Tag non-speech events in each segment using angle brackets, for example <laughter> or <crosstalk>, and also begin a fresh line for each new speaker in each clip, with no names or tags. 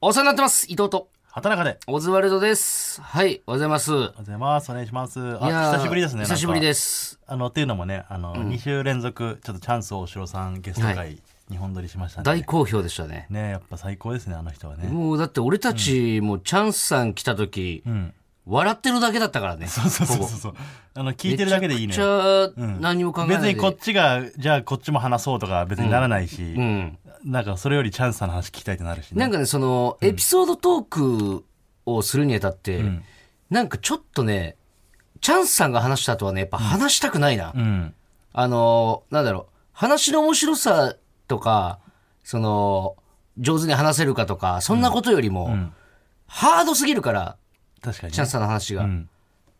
お世話になってます。伊藤と、
畑中で。
オズワルドです。はい、おはようございます。
おはようございます。お願いします。あ、
いやー
久しぶりですね。。
久しぶりですす。
あの、っていうのもね、あの、二週連続、ちょっとチャンス大城さんゲスト
は
会、日本撮りしましたんで
大
ね。
好評でしたね。
ね、やっぱ最高ですね、あの人はね。
もうだって俺たちもチャンスさん来た時、
ん
笑ってるだけだったからね。
<laughs> そうそうそうそう。あの、聞いてるだけでい
め
いね
ち。ゃくちゃ何も考えない
別
で。
にこっちが、じゃあこっちも話そうとか別にならないし
う、ん。
なんかそれよりチャンスさんの話聞きたいってなるし
な
ね
ん。かね、その、エピソードトークをするにあたって、
ん
なんかちょっとね、チャンスさんが話した後はね、やっぱ話したくないな。
うん。
あのーなんだろう、話の面白さとか、その、上手に話せるかとか、そんなことよりも、
ん
ハードすぎるから、
確かにね。
チャンスさんの話が。
うん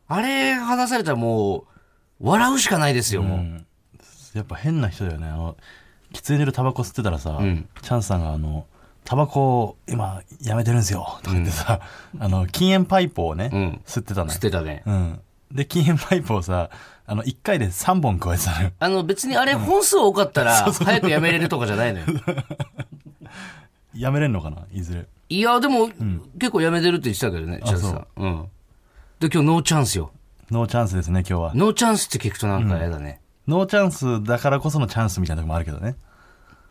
あれ話されたらもう、笑うしかないですよ、もう。
うんやっぱ変な人だよねあの喫煙所でタバコ吸ってたらさ、チャンスさんがあの「タバコを今やめてるんですよ」とか言ってさ、あの禁煙パイプをね、
ん
吸ってたの
捨
よ、
てたね。
うん、で禁煙パイプをさあの1回で3本加えてたのよ
あの、別にあれ本数多かった
<laughs>
ら、早くやめれるとかじゃないのよ。
やめれんのかないずれ
いや、でも、結構やめてるって言ってたけどね、チャンスさん。うん。で、今日ノーチャンスよ。
ノーチャンスですね今日は
ノーチャンスって聞くとなんか嫌だね。
ノーチャンスだからこそのチャンスみたいなとこもあるけどね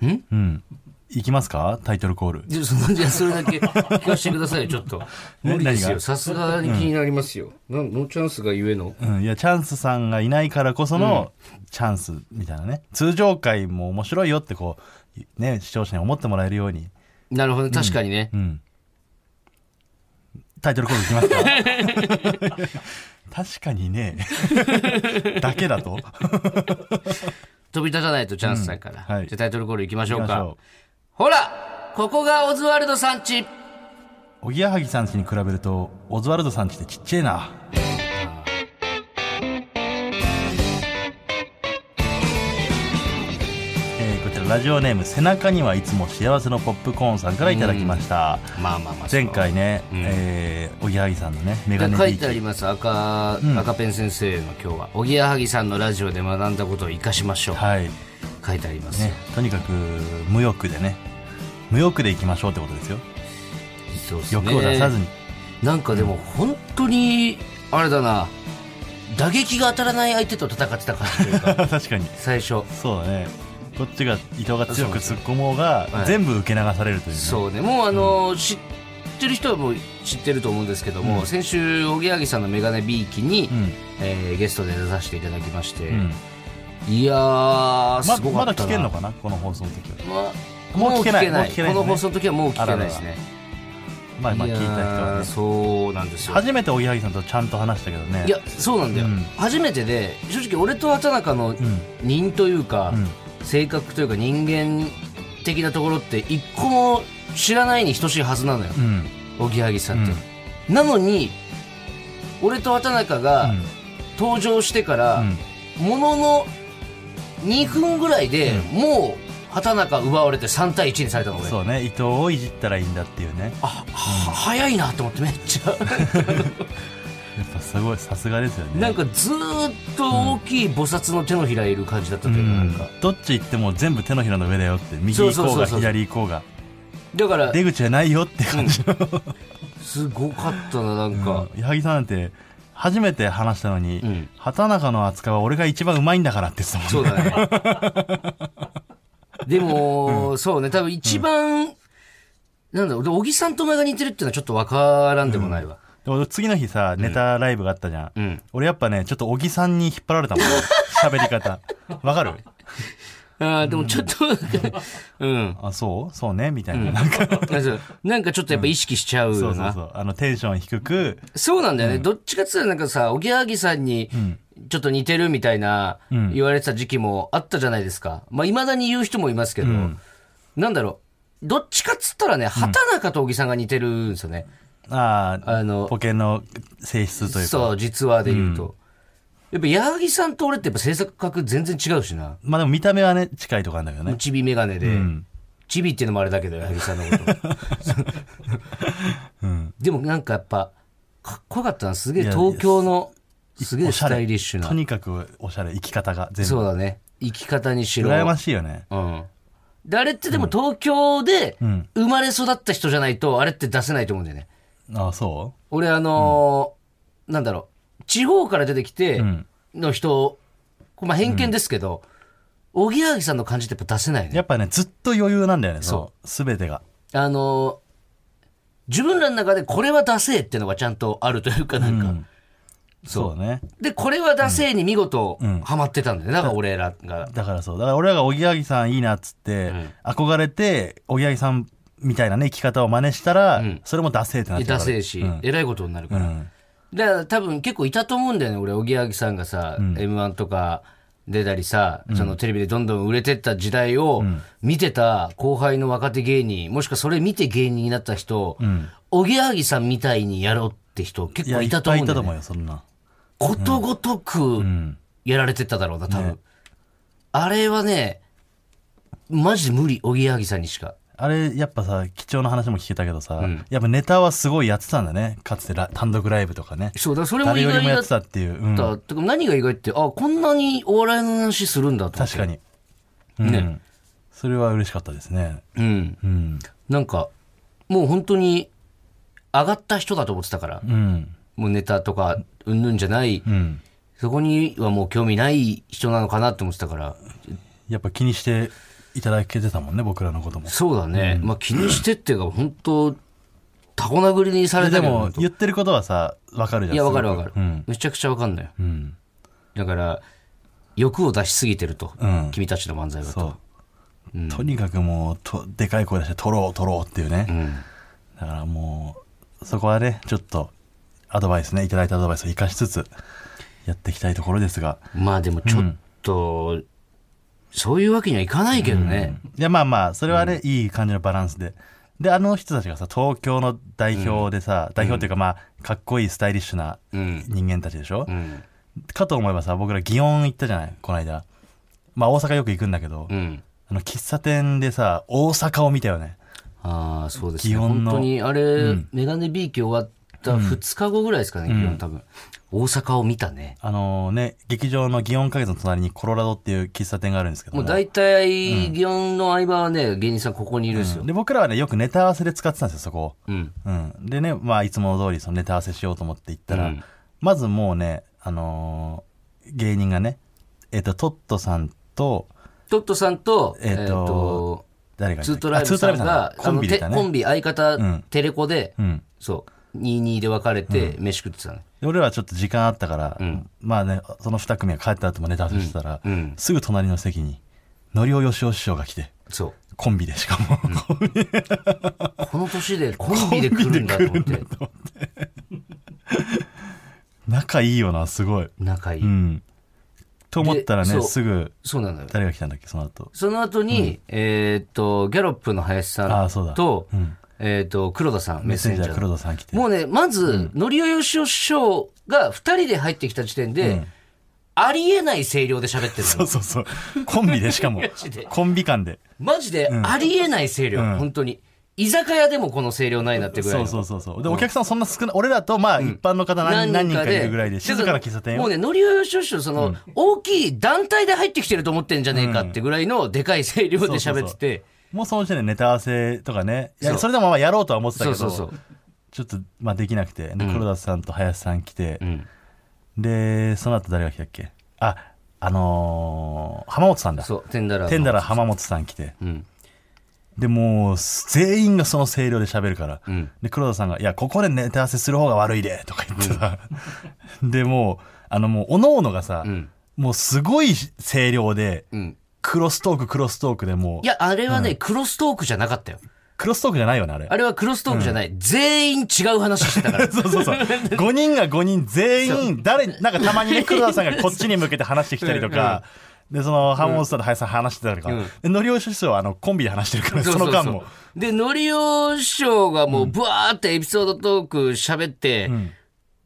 ん
うんいきますかタイトルコール
じゃあそのじゃあそれだけ聞かせてくださいよちょっと無理です
何
よ
が
さすがに気になりますよ、なノーチャンスがゆえの
うん、いやチャンスさんがいないからこそのチャンスみたいなね、通常回も面白いよってこう、ね、視聴者に思ってもらえるように、
なるほどね確かにね、
うん、タイトルコールいきますか <laughs> 確かにね <laughs> だけだと
飛び立たないとチャンスだから、
うんはい
じゃあタイトルコールいきましょう
行きまし
か
ょ
ほらここがオズワルドさんち
うおぎやはぎさんちに比べるとオズワルドさんちってちっちゃいなえーこちらラジオネーム背中にはいつも幸せのポップコーンさんからいただきました、
まあまあまあ
前回ね、
うん
えーおぎやはぎさんのねメガネ
書い
ビ
て
ー
あ
チ
ります赤,、赤ペン先生の今日はおぎやはぎさんのラジオで学んだことを生かしましょう、
はいね
書いてありますよ、
とにかく無欲でね無欲でいきましょうってことですよ
そうですね
欲を出さずに、 <laughs>
なんかでも本当にあれだな打撃が当たらない相手と戦ってた感じというか
<laughs> 確かに
最初
そうだねこっちが伊藤が強く突っ込もうが
はい
全部受け流されるというね、
そうねもうあのー知ってる人はもう知ってると思うんですけども、
うん
先週おぎやはぎさんのメガネビーキに、
うん
えーゲストで出させていただきまして、
うん
いやー
ます
ごか
ま
ったな
だ聞けんのかなこの放送の時は
まあ
もう聞けないもう聞けないですね
この放送の時はもう聞けないですね
まあまあ聞いた人
や
は
ー
ね
そうなんですよ
初めておぎやはぎさんとちゃんと話したけどね
いやそうなんだよ、
うん
初めてで正直俺と畑中の
うん
人というか、
うん
性格というか人間的なところって一個も知らないに等しいはずなのよ
うん
おぎやはぎさんって、なのに俺と畑中が登場してから、
うん
ものの2分ぐらいで、もう畑中奪われて3対1にされたの
うん
俺
そうね伊藤をいじったらいいんだっていうね
あは早いなと思ってめっち
<laughs>
ゃ
やっぱすごいさすがですよね
なんかずーっと大きい菩薩の手のひらいる感じだったと
う
いうか、
ん
なんか
どっち行っても全部手のひらの上だよって右
そう
行
そう
こう
そう
が
そう
左行こうが
だから
出口はないよって感じの、
すごかったななんか、
矢作さんなんて初めて話したのに、
うん
畑中の扱いは俺が一番うまいんだからって言ってたもんね
そうだね。
<laughs>
でも、そうね、多分一番、なんだろう、で小木さんとお前が似てるっていうのはちょっとわからんでもないわ。
でも次の日さネタライブがあったじゃん、
うん
俺やっぱねちょっと小木さんに引っ張られたもん喋り方わかる
ああ、でもちょっと、うん。
あそうそうねみたいな、なんか
そうなんかちょっとやっぱ意識しちゃう
そ
よ
うそう
な。
そうあのテンション低く
そうなんだよね。どっちかっていうとなんかさ、おぎやはぎさんに、ちょっと似てるみたいな、
ん
言われてた時期もあったじゃないですか。まあ、未だに言う人もいますけど、なんだろう。どっちかっつったらね、畑中と小木さんが似てるんですよね。
あー
あの
ポケの性質というか
そう、実話で言うと。やっぱ、矢作さんと俺ってやっぱ制作格全然違うしな。
まあでも見た目はね近いとこあるんだけどね
ちびメガネで。ちびっていうのもあれだけど、矢作さんの
<laughs>
こと。でもなんかやっぱ、かっこよかったな。すげえ
いや
東京の、すげえ
お
ス
しゃれ
タイリッシュな
と。にかくおしゃれ生き方が全部
そうだね。生き方にしろ。
羨ましいよね
うん。であれってでも東京で
うん
生まれ育った人じゃないと、あれって出せないと思うんだよね。
ああ、そ
俺あのーなんだろう、地方から出てきて
ん
の人、これまあ偏見ですけど、おぎやはぎさんの感じってやっぱ出せないうね。
やっぱね、ずっと余裕なんだよね、そう。すべてが。
あのー自分らの中でこれは出せえってのがちゃんとあるというかなんか、
うんそうだね。
で、これは出せえに見事
ん
ハマってたんだよね。だから俺らが。
だからそう。だから俺らがおぎやはぎさんいいなっつって、
ん
憧れて、おぎやはぎさんみたいなね、生き方を真似したら、
ん
それもダセーってなっちゃ
出
うから。
せえし、
うん
えらいことになる
う
から。
ん。
だから多分結構いたと思うんだよね俺おぎやはぎさんがさ、M1 とか出たりさ、そのテレビでどんどん売れてった時代を見てた後輩の若手芸人もしくはそれ見て芸人になった人、おぎやはぎさんみたいにやろうって人
い
結
や、
構
い
い
った
と
ぱい
思う
い
んだ
た
よ、
と
ね
思うよ、そんな。
ことごとくやられてっただろうな多分、あれはねマジで無理おぎやはぎさんにしか
あれ、やっぱさ、貴重な話も聞けたけどさ、やっぱネタはすごいやってたんだね。かつてラ単独ライブとかね。
そうだからそれも
誰
意
より
外
も
だ
や
っ
っ
て
たっていう。うん
た、てか何が意外ってあこんなにお笑いの話するんだと思って
確かに。
ね、
それは嬉しかったですね。
うん、
うん。
なんか、もう本当に、上がった人だと思ってたから、
うん。
もうネタとか、うんぬんじゃない、
うん。
そこにはもう興味ない人なのかなって思ってたから、
やっぱ気にしていただけてたもんね、僕らのことも。
そうだね、まあ気にしてっていうか、本当、タコ殴りにされ
で
たけど
も
本、当
言ってることはさ、わかるじゃん。
いや、わかる
す
わ
ごく
かる、
うん。
めちゃくちゃわかんないよ。
うん。
だから、欲を出しすぎてると、
うん
君たちの漫才はと。
そう、とにかくもうとでかい声出して「取ろう取ろう」っていうね、だからもうそこはねちょっとアドバイスねいただいたアドバイスを生かしつつやっていきたいところですが
まあでもちょっと、そういうわけにはいかないけどね。
いやまあまあそれはね、いい感じのバランスでであの人たちがさ東京の代表でさ、代表っていうかまあかっこいいスタイリッシュな
うん。
人間たちでしょ、
うん。
かと思えばさ僕ら祇園行ったじゃないこの間まあ大阪よく行くんだけど、
うん。
あの喫茶店でさ大阪を見たよね
ああそうですね
祇園
本
の
当にあれ、メガネビーキ終わった2日後ぐらいですかね、祇園多分大阪を見たね
あのね、劇場の祇園花月の隣にコロラドっていう喫茶店があるんですけど
も
も
う大体祇園の相場はね芸人さんここにいるんですよ、
で、僕らはね、よくネタ合わせで使ってたんですよ、そこを。
うん
うん。でね、まあ、いつもの通りそのネタ合わせしようと思って行ったら、
うん
まずもうね、あのー芸人がね、えっ、と、トットさんと、
トットさんと,、え
え
っ
ー
と
と誰がいた
ツ
っ
ー
け
トライブさんが
あツートライブさんだコンビでいた
あのてコ
ね
ン。ビ相方、
うん
テレコで、
うん。
そう22で別れて飯食ってたね、
で俺らはちょっと時間あったから、まあね、その二組が帰った後もネタ合わせしてたら、
うんうん
すぐ隣の席に、のりおよしお師匠が来て、
そう
コンビでしかも、
この年でコンビで来るんだと思って
<laughs> 仲いいよな、すごい。
仲いい、
うん。と思ったら
でそ
ね、
う
すぐ、
そうなのよ
誰が来たんだっけ、その後。
その後に、えーっとギャロップの林
あ
さ
ーそうんだ
と、
うん
えーっと黒田さんメ
メ
ッ
ッ
セ
セ
ン
ン
ジ
ジ
ャ
ャ
ー
ー黒田さん来て。
もうねまずのりおよしお師匠が2人で入ってきた時点で、ありえない声量で喋ってる
そ
の
うそうそう。コンビでしかも
マジで、
コンビ間で。
マジでありえない声量、
ん
本当に居酒屋でもこの声量ないなってぐらい
そ
の
うそうそうそう。で、お客さんそんな少ない。俺らと、まあ、一般の方何何人かいるぐらいで、静かな喫茶店
もう
よ。
ね、のりおよしお師匠、その、大きい団体で入ってきてると思ってんじゃねえかってぐらいのでかい声量で喋ってて、
もうその時点でネタ合わせとかね。い
そ
や
う
それでもまあやろうとは思ってた
そ
け
うそうそ
ど
う、。
ちょっと、まあできなくて。で、黒田さんと林さん来て
う、ん
で、その後誰が来たっけあ、あのー、浜本さんだ。
そう、テンダラーの。
天だら浜本さん来て。
うん。
で、もう、全員がその声量で喋るから。
ん
で、黒田さんが、いや、ここでネタ合わせする方が悪いで、とか言ってさ。で、もう、あの、もう、おののがさ、
ん
もう、すごい声量で、
うん。
クロストーク、クロストークでもう、
いや、あれはね、クロストークじゃなかったよ。
クロストークじゃないよね、あれ。
あれはクロストークじゃない。全員違う話してたから。
そうそうそう。5人が5人全員、誰、なんかたま
<laughs>
にね、黒田さんがこっちに向けて話してきたりとか、で、その、浜本さんと林さん話してたりとか、
うん
で、のりお師匠は、あの、コンビで話してるから、
う
<laughs> そうの
う
間も。
で、のりお師匠がもう、ブワーってエピソードトーク喋って、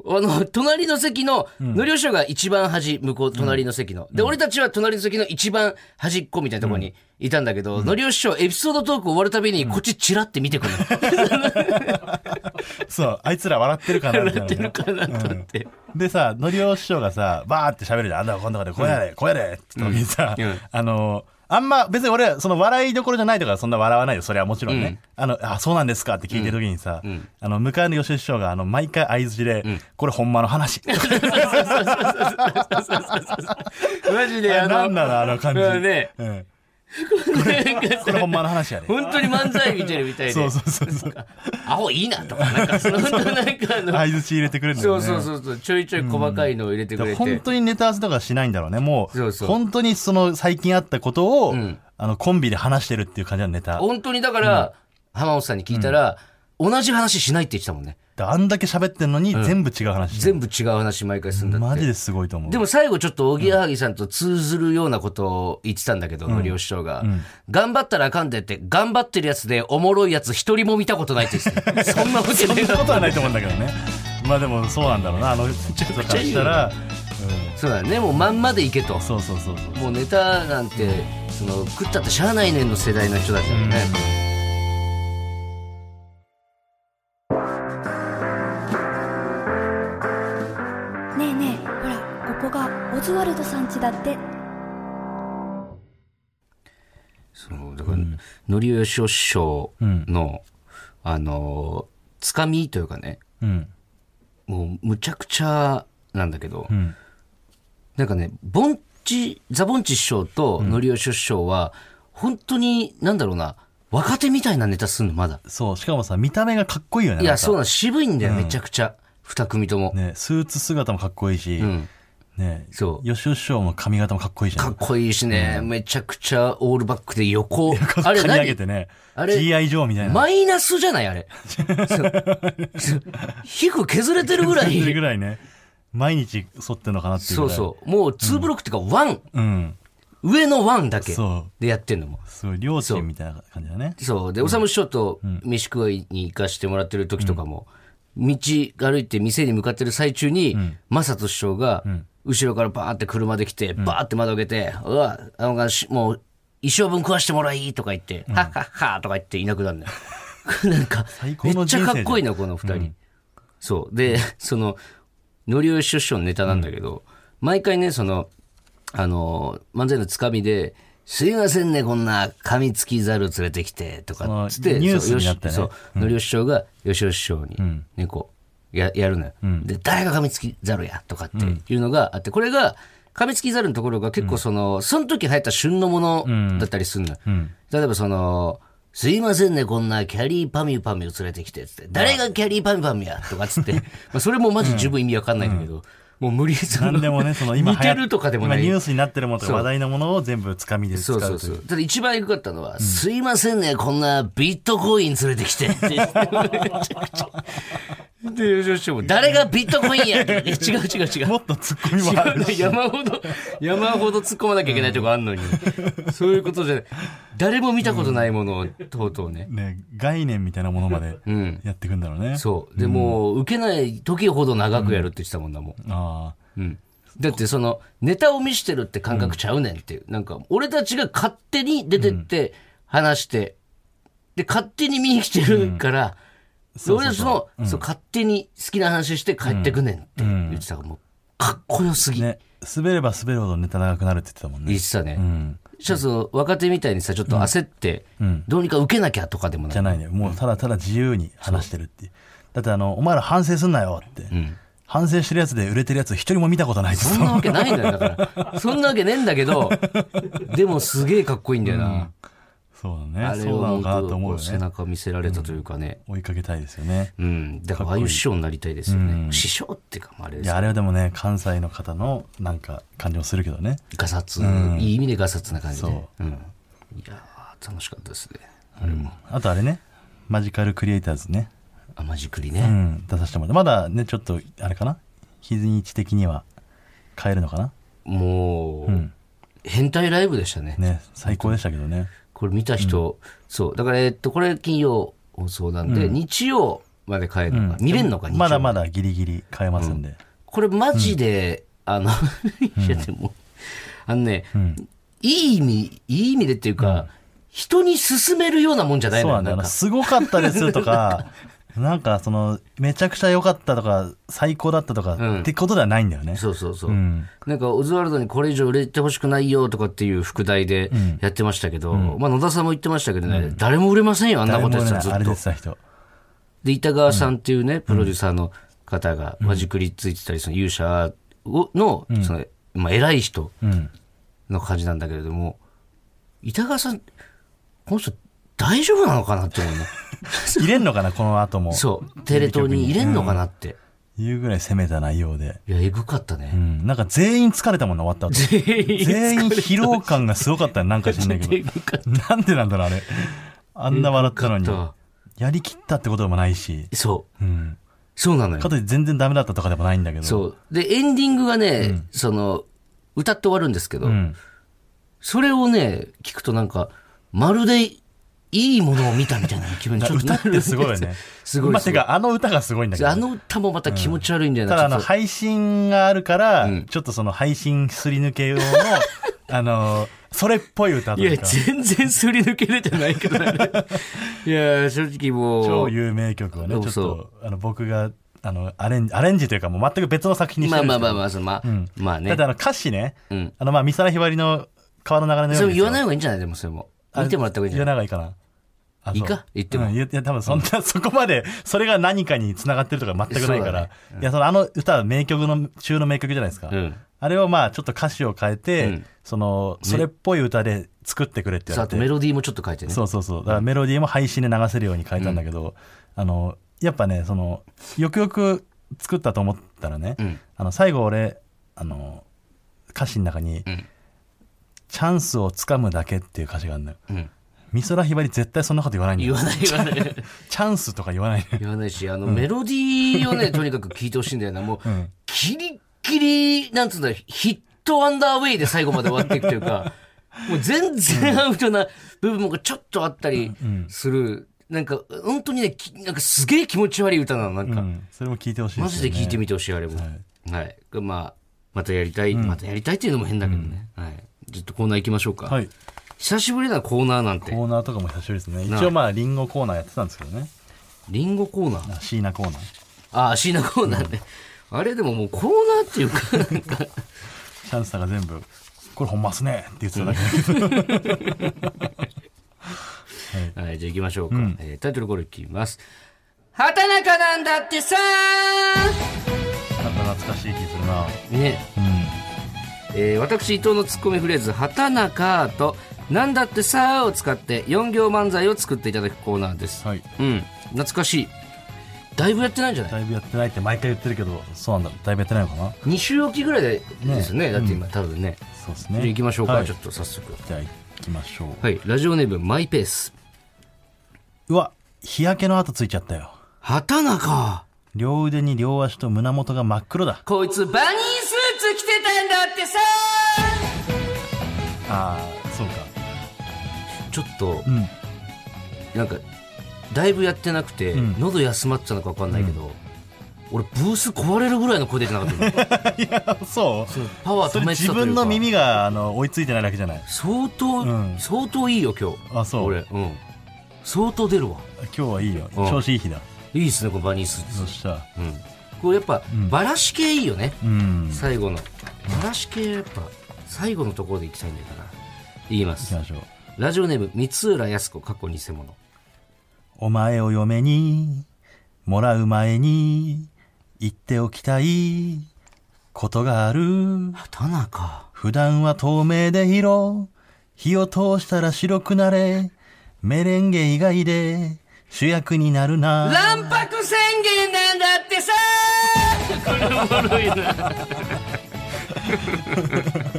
あの、隣の席の、のりお師匠が一番端、向こう、隣の席の。で、俺たちは隣の席の一番端っこみたいなところにいたんだけど、のりお師匠、エピソードトーク終わるたびに、こっちチラって見
<laughs>
てくる。
そう、あいつら笑ってるかな、みたいな
笑
ね
ってるかなと思って。
でさ、のりお師匠がさ、バーって喋るじゃん。あんだこんだかで、こうやれ、こうやれって時にさ、
うん
あの、あんま別に俺その笑いどころじゃないとかそんな笑わないよそれはもちろんね、あのあそうなんですかって聞いてる時にさ、あの向かいの吉井師匠があの毎回相槌で、これほんまの
<laughs>
話
マジで、あ
何な
の、
んなのあの感じ、
うんね
うん
なんか
これほんまの話や
<laughs>
ね
本当に漫才見てるみたいで、
そうそうそ
<laughs>
うそう
アホいいなとか、なんか、その、なんかあの、
相槌入れてくれるんだ
そ
よ
う
ね
そうそうそう、ちょいちょい細かいのを入れてく
だか
れ
ら
て。
本当にネタ合わせとかしないんだろうねもう
そうそう
本当にその最近あったことを、
ん
あのコンビで話してるっていう感じのネタ
本当にだから、浜本さんに聞いたら、同じ話しないって言ってたもんね。
あんだけ喋ってんのに全部違う話して
全
る、
部違う話毎回するんだって。
マジですごいと思う
でも最後ちょっと、おぎやはぎさんと通ずるようなことを言ってたんだけど、のりお師匠が、頑張ったらあかんでって、頑張ってるやつでおもろいやつ一人も見たことないって言ってた <laughs> そんなこと
そん
ねえ
な
だ
ことはないと思うんだけどね。まあでもそうなんだろうな。あの人からしたら、うん
そうだね、もうまんまでいけと。
そうそうそうそう。
もうネタなんて、その、食ったってしゃあないねんの世代の人たちだよね。
ねえねえほらここがオズワルドさん家だって
そうだから、のりおよしお師匠の、あのつかみというかね
うん
もうむちゃくちゃなんだけど、
ん
なんかねぼんちザ・ボンチ師匠とのりおよしお師匠は、本当になんだろうな若手みたいなネタすんのまだ
そう。しかもさ見た目がかっこいいよね。
い
な
や
んか
そうなの渋いんだよ、めちゃくちゃ二組とも、
ねスーツ姿もかっこいいし、
ん
ね
そう
吉尾師匠も髪型もかっこいいじゃん。
かっこいいしね、めちゃくちゃオールバックで横あれ
刈り上げ
何
てね。
あれ
GI 上みたいな。
マイナスじゃないあ
<laughs>
れそう皮膚削れてる
<laughs>
ぐらい
それぐらいね。毎日剃ってんのかなっていうぐ
そ
ら
うそ
い。
う。もう2ブロックっていうか、ワン、
う。うん。
上のワンだけ
そ
でやってんのも。
すごい両親みたいな感じだね。
そう。で、おさむ師匠と飯食いに行かしてもらってる時とかも、道歩いて店に向かってる最中に、マサト師匠が、後ろからバーって車で来て、バーって窓開けて、うわ、あの、しもう、一生分食わしてもらいとか言って、はっはっはとか言っていなくなるのよ。 <laughs> なんか
最、高
めっ
の
ち
人生
ゃ
じゃん
かっこいいのよ、この二人。そう。で、 <laughs> その、のりおよし師匠のネタなんだけど、毎回ね、その、あの、漫才のつかみで、すいませんね、こんな、噛みつきざる連れてきて、とか、つって、
そのニュー
そう
スになってね
よしそう、のりお師匠が、よしお師匠に、ね、こう、や、やるのよ。で、誰が噛みつきざるや、とかっていうのがあって、これが、噛みつきざるのところが結構その、その時流行った旬のものだったりするのよ。例えばその、すいませんね、こんなキャリーパミュパミュ連れてきて、つって、誰がキャリーパミュパミュや、とかつ
<laughs>
って、まあそれもマジ十分意味わかんないんだけど、もう無理その
なんでもね、その今
似てるとかでもない。
今ニュースになってるものとか
そう
話題のものを全部つかみで使
そうう
とい
そううそう。ただ一番エグかったのは、すいませんね、こんなビットコイン連れてきて。 <laughs> って言ってめちゃくちゃで、吉田師匠も、誰がビットコインやって違う違う違う。
もっとツッコミもあ
違う
る
ね
し。
山ほど、山ほど突っ込まなきゃいけないとこあんのに。そういうことじゃない。誰も見たことないものを、とうとうね。
ね、概念みたいなものまで
ん
やっていくんだろうね。
そう。で、もう、受けない時ほど長くやるって言ってたもんな、もう。
あ
うんだってそのネタを見してるって感覚ちゃうねんっていう、なんか俺たちが勝手に出てって話して、で勝手に見に来てるから、
そう
俺
そう
たち
そう
の、そう勝手に好きな話して帰ってくねんって言ってたからもうかっこよす
あ。
ぎ、
ね、滑れば滑るほどネタ長くなるって言ってたもん
言
ね
っ。てたね、
うん。
そしたらその若手みたいにさちょっと焦って、どうにか受けなきゃとかでもな
じゃ
い
ないね。もうただただ自由に話してるっていう。だってあの、お前ら反省すんなよって。反省してるやつで売れてるやつ一人も見たことないって
そんなわけないんだよだ
<laughs>
からそんなわけねえんだけどでもすげえかっこいいんだよな、
そう
あ
だね。
れ
そう
を
なの
本
かなと
当
思う
こ
よ
う背
ね。
中見せられたというかね、
追いかけたいですよね。
うん、だからああいう師匠になりたいですよね。師匠っていうか、まあ、あれで
い
す
や、あれはでもね、関西の方のなんか感じもするけどね。
ガサツ、いい意味でガサツな感じで。
そ
うん、いやー、楽しかったですね。あれも、
あとあれね、マジカルクリエイターズね。
甘じくり
う
ね。
ん、出させてもらって。まだね、ちょっと、あれかな日にち的には変えるのかな
もう、変態ライブでしたね。
ね、最高でしたけどね。
これ見た人、そう。だから、えっと、これ金曜放送なんで、日曜まで帰るのか、見れんのか、日曜
まだまだギリギリ変えますんで。
これマジで、あの、 <laughs> いやでも、あのね、いい意味、いい意味でっていうか、人に勧めるようなもんじゃない
そう
のよ、
なんだ
な
よ
ん
な。
か。 <laughs>
すごかったですとか、なんかそのめちゃくちゃ良かったとか最高だったとか、
うん
ってことではないんだよね
そうそうそう。
ん
なんか、オズワルドにこれ以上売れてほしくないよとかっていう副題でやってましたけど、まあ、野田さんも言ってましたけどね、誰も売れませんよ、あんなことやってたらず
あ
っ
れ
と
で。した人
で、板川さんっていうね、プロデューサーの方が、まじくりついてたり、その勇者をの、その、まあ、偉い人
うん
の感じなんだけれども、板川さん、この人大丈夫なのかなって思う <laughs> ね。
入れんのかなこの後
<laughs>
も
そう。テレ東に入れんのかなって。
いうぐらい攻めた内容で、
いや、えぐかった
う
ね。
ん、なんか全員疲れたもんね終わった後全員疲労感がすごかったねなんか知んない
え
け
<laughs> ぐかっ
どなんでなんだろうあれあんな笑ったのに
た。
やりきったってことでもないし、
そう。
うん、
そうなのよ
か。といって全然ダメだったとかでもないんだけど
そう。で、エンディングがね、その、歌って終わるんですけど、
うん、
それをね、聞くとなんか、まるでいいものを見たみたいな
<laughs>
気分にちょっと
歌
な
っ
るんで
て
す
す
よ
ごいよね
<laughs> すごい
まあ、
す
て
ごい。
かあの歌がすごいんだけど
あの歌もまた気持ち悪いんだよ
た
な、
だあ
ちょ
の
っと
配信があるから、ちょっとその配信すり抜け用の
<laughs>
あのそれっぽい歌と
い
い
や、
うか
全然すり抜けれてないけど
<laughs>
ね。いや、正直も
超
う。
有名曲をね
そう
ちょっ
そう
とあの僕があのアレンジアレンジというかもう全く別の作品にして
まあ
るんで
ますあ
け
まあまあ、
ど
そのまあ、
うん
まあ
だ
ね
って。あの歌詞ね、
うん
あのまあ美空ひばりの川の流れのように
それも言わない
い
方がいいんじゃないでもそれも。見てもらった方がいいんじゃ
言
ない
わない方がいいかなあ
いいか
そう
言っても
うんいやいや多分そんな、そこまでそれが何かにつながってるとか全くな
そ
い
う
か
だ
ら、
ね
いやそのあの歌は名曲の中の名曲じゃないですか、
うん
あれをまあちょっと歌詞を変えて、
うん
そのそれっぽい歌で作ってくれって言
そう
わ
あ
れ
と
て、
メロディーもちょっと書いてね。
そうそうそう。だからメロディーも配信で流せるように変えたんだけど、あの、やっぱね、その、よくよく作ったと思ったらね、
うん
あの、最後俺、あの、歌詞の中に、
ん
チャンスをつかむだけっていう歌詞があるのよ。
うん
美空ひばり絶対そんなこと言わないんだ
言
よ
わ。ない言わない。
チャンスとか言わないのよ。
言わないし、あの、メロディーをね、とにかく聞いてほしいんだよな。もう、
ん
キリッキリ、なんつうんだろう、ヒットアンダーウェイで最後まで終わっていくという
<laughs>
か、もう全然アウトな部分もちょっとあったりする。なんか、本当にね、きなんかすげえ気持ち悪い歌なの、なん
う
か。
ん、 <laughs> それも聞いてほしい
マジで聞いて
み
みてほしい、あれも。はい。まあ、またやりたい、またやりたいっていうのも変だけどね。はい。ちょっとコーナー行きましょうか。
はい。
久しぶりなコーナーなんて
コ。ーナーとかも久しぶりですね。
なあ
一応まあ、リンゴコーナーやってたんですけどね。
リンゴコーナー
あ椎名コーナー。
ああ、シーナコーナーね。あれでももうコーナーっていうか、なんか。
チャンスさんが全部、これほんますねって言ってただけ
<laughs>
だけど
はい、じゃあ行きましょうか。えータイトルコールいきます。畑中なんだってさ
なんか懐かしい気するな。
ね、
うん。
えー私伊藤のツッコミフレーズ、畑中と、なんだってさーを使って4行漫才を作っていただくコーナーです。
はい。
うん、懐かしい。だいぶやってないんじゃない
だいぶやってないって毎回言ってるけど、そうなんだ。だいぶやってないのかな
?2 週おきぐらいでですよね。
ね
だって今、多分ね。
そうです
じゃあ
ね。
行きましょうか、
はい
ちょっと早速。
じゃあ行きましょう。
はい、ラジオネームマイペース。
うわ、日焼けの跡ついちゃったよ。
畑中
両腕に両足と胸元が真っ黒だ。
こいつバニースーツ着てたんだってさ
ああ、そうか。
ーちょっと、
うん。
なんかだいぶやってなくて、
ん
喉休まってたのか分かんないけど、俺ブース壊れるぐらいの声出てなかったの
<laughs> そう
パワー
そ
止
れ
めて
自
たというか
分の耳が、あの、追いついてないだけじゃない。
相当、
うん
相当いいよ今日
あそう
俺うん相当出るわ
今日はいいよ。
うん
調子いい日だ。
いいっすねこのバニースーツ、
そした。
うん、これやっぱ、バラシ系いいよね
うん。行
最後のバラシ系やっぱ最後のところでいきたいんだから言いま
き
す
ましょう。
ラジオネーム三浦靖子かっこ偽物
お前を嫁に、もらう前に、言っておきたいことがある。
畑中
普段は透明で色、火を通したら白くなれ、メレンゲ以外で主役になるな。
卵白宣言なんだってさこれおもろいな <laughs>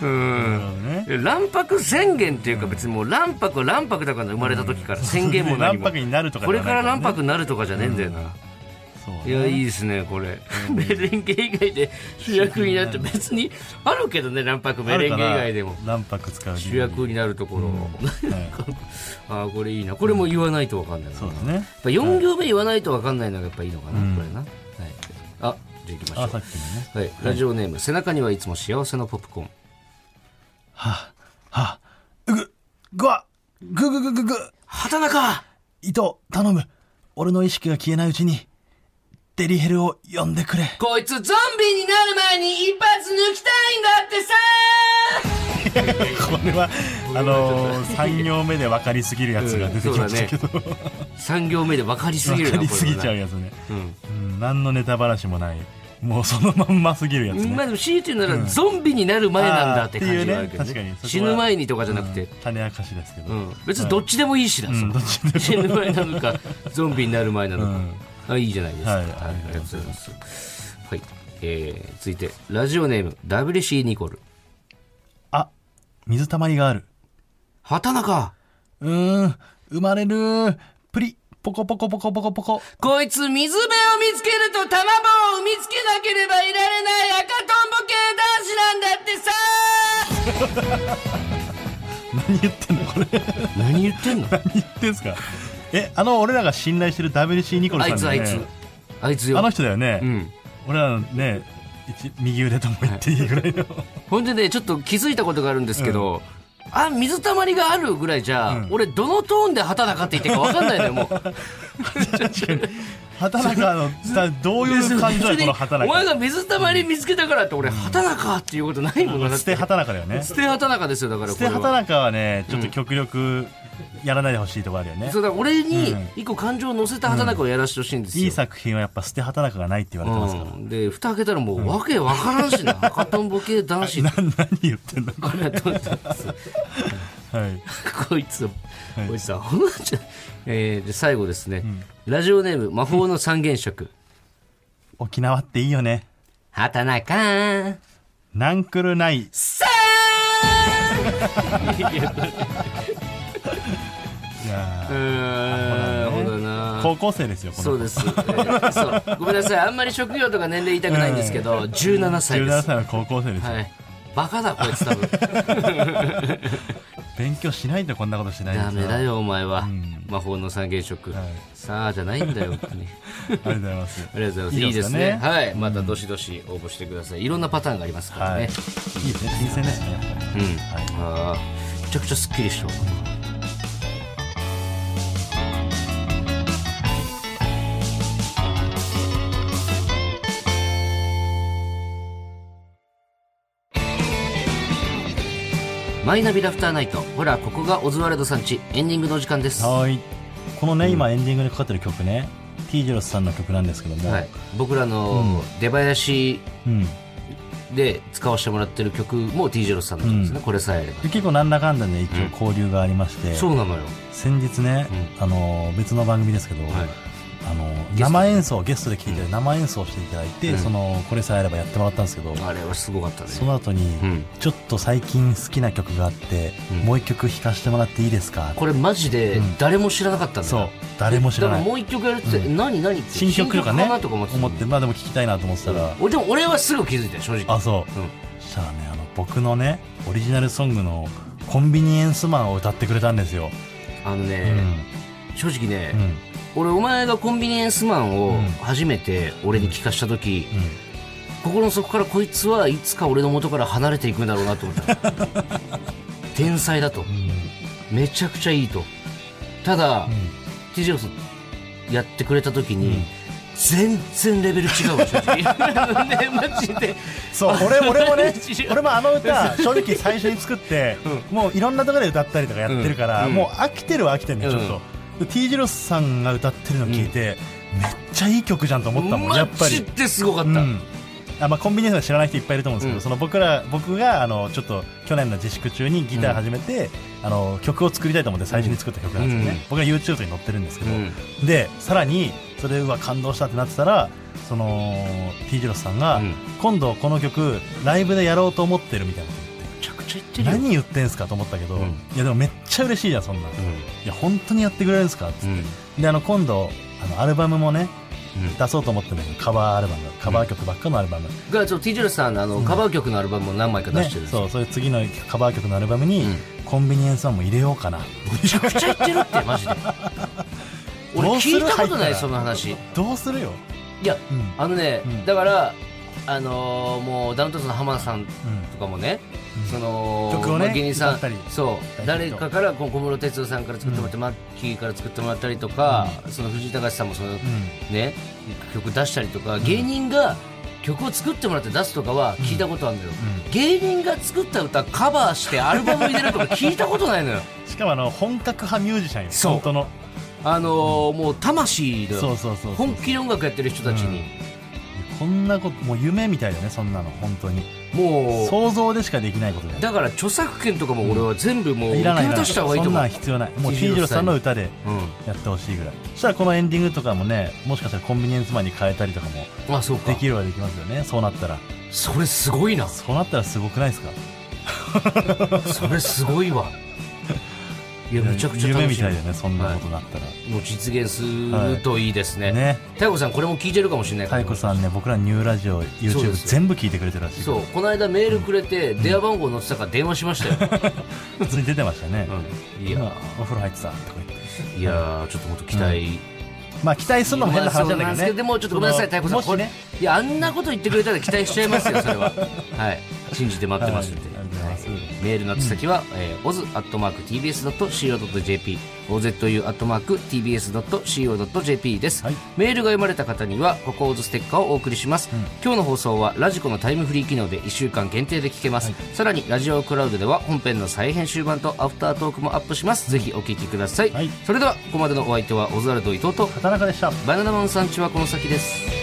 うん卵白宣言っていうか別にもう卵白は卵白だからね生まれた時から宣言も何も
卵白になるとか
こ
じ
れ
ゃ
か
ないかららね
卵白になるとかじゃねえんだよな、
そう
いやいいですねこれ、 <laughs> メレンゲ以外で主役になるって別にあるけどね卵白メレンゲ以外でも
卵白使う理由
主役になるところ、
はい
<laughs> ああこれいいなこれも言わないとわかんないな、
そうですね。
やっぱ4行目言わないと分かんないのがやっぱいいのかな、これな、はい、あじゃあ行きましょ
あ、
う
さっきのね。
はい、ラジオネーム、背中にはいつも幸せのポップコーン
はあ、はあ、うぐ、ぐわ、ぐぐぐぐぐ、
畑中
糸、頼む。俺の意識が消えないうちに、デリヘルを呼んでくれ。
こいつゾンビになる前に一発抜きたいんだってさ
これ
<laughs>
は、あのー、3行目で分かりすぎるやつが出てきましたけど、
3行目で分かりすぎ
<laughs>
る
分か
な
りすぎちゃうやつね。うん何のネタばらしもない。もうそのまんますぎるやつ
うん、まあ
ね。
でも強いて言うなら、ゾンビになる前なんだって感
あーっ
じ
ていうね
はあるけど、ね
確かにそこは
死ぬ前にとかじゃなくて、
種明かしですけど。
うん別にどっちでもいいしな、その
どっちでも
死ぬ前なの <laughs> かゾンビになる前なのか、あいいじゃないですか、
はい
ありがとうございますはい、えー、続いてラジオネーム WC ニコル
あ、水たまりがある。
畑中
うーん、生まれる。プリ、ポコポコポコポコポコ。
こいつ水辺を見つけると卵を見つけなければいられない赤とんぼ系男子なんだってさ
何言ってんのこれ。 <laughs>
何言ってん <laughs> の
何言ってんすかえ、あの、俺らが信頼してる WC ニコル
あ
さん
いつ
だ
あ
よ
い
ね
つあいつよ
あの人だよね。
うん
俺らのね、一右腕とも言っていいぐらいの。
ほんでねちょっと気づいたことがあるんですけど、あ水たまりがあるぐらいじゃ、俺どのトーンで畑中って言ってるか分かんないのよ
<laughs>
もう
確かに。働
<laughs>
かの、さどういう感情や、この働
お前
か。
が水たまり見つけたからって俺畑中っていうことないもんなだっ
捨て
て
働かだよね。
捨て
捨
畑中ですよだからこ
て
れは
働かはね、ちょっと極力やらないでほしいとこあるよね
そ。うだから俺に
うん
一個感情を乗せた畑中をやらしてほしいんですよ、
いい作品はやっぱ捨て働かがないって言われてますから。
うん、で蓋開けたらもうわけわからんし
<laughs>
な、赤とんぼ系男子
な何言ってんのこ
ありが
<laughs>
とうございます
れ。はい。
こいつ、こいつはほんまじゃ、えー、で最後ですね、ラジオネーム魔法の三原色
沖縄っていいよね。
畑中
なんくるない。
さーんいやこれ
いや
うーんほだな
ー高校生ですよ、この
そうです、えーそうごめんなさいあんまり職業とか年齢言いたくないんですけど、17歳で
17
す
歳の高校生ですよ、
はいバカだこいつ多
<laughs>
分
勉強しないとこんなことしないんで
ダ
す
メだよお前は、
ん
魔法の三原色、
はい
さあじゃないんだよ本当に
ありがとうございます
ありがとうございますいい
いい
で
ですす
ね
ね
はいまたどしどし応募してくださいいろんなパターンがありますから
はいいい
ね、
ですね新鮮ですねやっぱり
うん、あーめちゃくちゃすっきりしたマイナビラフターナイトほらここがオズワルドさんちエンディングのお時間です、は
はいこのね今エンディングでかかってる曲ね T ・ジロスさんの曲なんですけども、
い、僕らの出囃子
うん、で
で使わせてもらってる曲も T ・ジェロスさんの曲ですね、これさえあれば
結構なんだかんだね一応交流がありまして、
そうなのよ、
先日ね、あの別の番組ですけど、
はい
あの
ゲスト
生演奏ゲストで聴いていただいて生演奏していただいて、
うん
そのこれさえあればやってもらったんですけど、
あれはすごかったね
その後に、
うん
ちょっと最近好きな曲があって、
うん
もう一曲弾かせてもらっていいですか
これマジで
うん
誰も知らなかったんだよ、
そう誰も知ら
だか
な
ら
い
もう一曲やるって、
う
何何って
新曲とかね
新曲なとか思ってた
思ってまあでも聴きたいなと思ってたら、
俺でも俺はすぐ気づいたよ正直
あそう、
うん
そしたらねあの僕のねオリジナルソングの「コンビニエンスマン」を歌ってくれたんですよ、
あのね、正直ね
うん、うん
俺お前がコンビニエンスマン
う
を
ん
初めて俺に聞かした時、心の底からこいつはいつか俺の元から離れていくんだろうなと思った
<laughs>
天才だと
うんうん
めちゃくちゃいいとただ、T ・ジロスやってくれた時に、全然レベル違うわ正直 <laughs> ねマジで
そう
<laughs>
俺俺もね
違う
俺もあの歌正直最初に作って、もういろんなところで歌ったりとかやってるから、
うん
もう飽きてるは飽きてるねちょっと、で T ・ジロスさんが歌ってるの聞いて、めっちゃいい曲じゃんと思ったもんやっぱ
マジ
り、
ですごかっ
う
た、
んあまあ、コンビニエンスは知らない人いっぱいいると思うんですけど、
うん
その僕ら僕があのちょっと去年の自粛中にギター始めて、あの曲を作りたいと思って最初に作った曲なんですよね、
うん
僕が YouTube とかに載ってるんですけ
う
ど、
ん
でさらにそれは感動したってなってたらその T ・ジロスさんが、
うん
今度この曲ライブでやろうと思ってるみたいなこと言って
めちゃくちゃ言ってるよ、
何言ってんすかと思ったけど、
うん
いやでもめっちゃ嬉しいじゃんそんなん、いや本当にやってくれるんですかって、
うん
であの今度あのアルバムもね
うん
出そうと思ってるんだけどカバーアルバムカバー曲ばっかのアルバム、
がちょっと T ・ジェルさんのあのカバー曲のアルバムを何枚か出
ね
してるんですよ、
そうそういう次のカバー曲のアルバムに、
うん
コンビニエンスマンも入れようかな
めちゃくちゃ言ってるっ
<laughs>
てマジで俺
どうする
聞いたことな
入った
い
ら
その話い
どうするよ、
や
うん
あのね、
うん
だからあのーもうダウンタウンの浜田さん
うん
とかもね、その
曲をね
まあ芸人さ
歌
ん
ったり
そう誰かからこう小室哲哉さんから作ってもらって、マッキーから作ってもらったりとか、その藤井隆さんもその、ね曲出したりとか芸人が曲を作ってもらって出すとかは聞いたことあるんだよ、芸人が作った歌カバーしてアルバム入れるとか聞いたことないのよ
しかもあの本格派ミュージシャンよ
そう
本当の
あのーもう魂だよ
そうそうそうそう
本気で音楽やってる人たちに、
こんなこともう夢みたいだねそんなの本当に
もう
想像でしかできないことだよ
だから著作権とかも俺は全部もう
い
受け
らないいらな
渡
い
した方がいいと
そん
思う、
なん必要ないもう
16
T
歳
次郎さんの歌で
う
やってほしいぐらいそしたらこのエンディングとかもねもしかしたらコンビニエンスマンに変えたりとかも
ん、あそうか
できるはできますよねそうなったら
それすごいな
そうなったらすごくないですか
それすごいわ
<laughs>
いやめちゃくちゃ
夢
楽
み
しみ
たいだよねそんなことなったら、
もう実現するといいですね、
ね
太子さんこれも聞いてるかもしれないから
太子さんね僕らニューラジオ
そうで
YouTube
すよ
全部聞いてくれてるらしい
そうこの間メールくれて電話番号載ってたから電話しましたよ、
普通に出てましたね、
うんい
今
や
お風呂入ってたとか言って
いやーちょっともっと期待、
まあ期待するのも変な話
ま
な
あそうなんで
んだけど
す
ね
けどでもちょっとごめんなさい
その
太子さんこ
もし
れ
ね
いやあんなこと言ってくれたら期待しちゃいますよそれ
<laughs>
ははい信じて待ってますんで、
はいありがとうございます
メールの宛先は、えー、oz.tbs.co.jp、ozu.tbs.co.jp です、
はい
メールが読まれた方には、ここ oz ステッカーをお送りします、今日の放送は、ラジコのタイムフリー機能で1週間限定で聞けます。さらに、ラジオクラウドでは、本編の再編集版とアフタートークもアップします。ぜひお聞きください。
はい
それでは、ここまでのお相手は、オズワルド伊藤と、
畑中でした
バナナマンさんちはこの先です。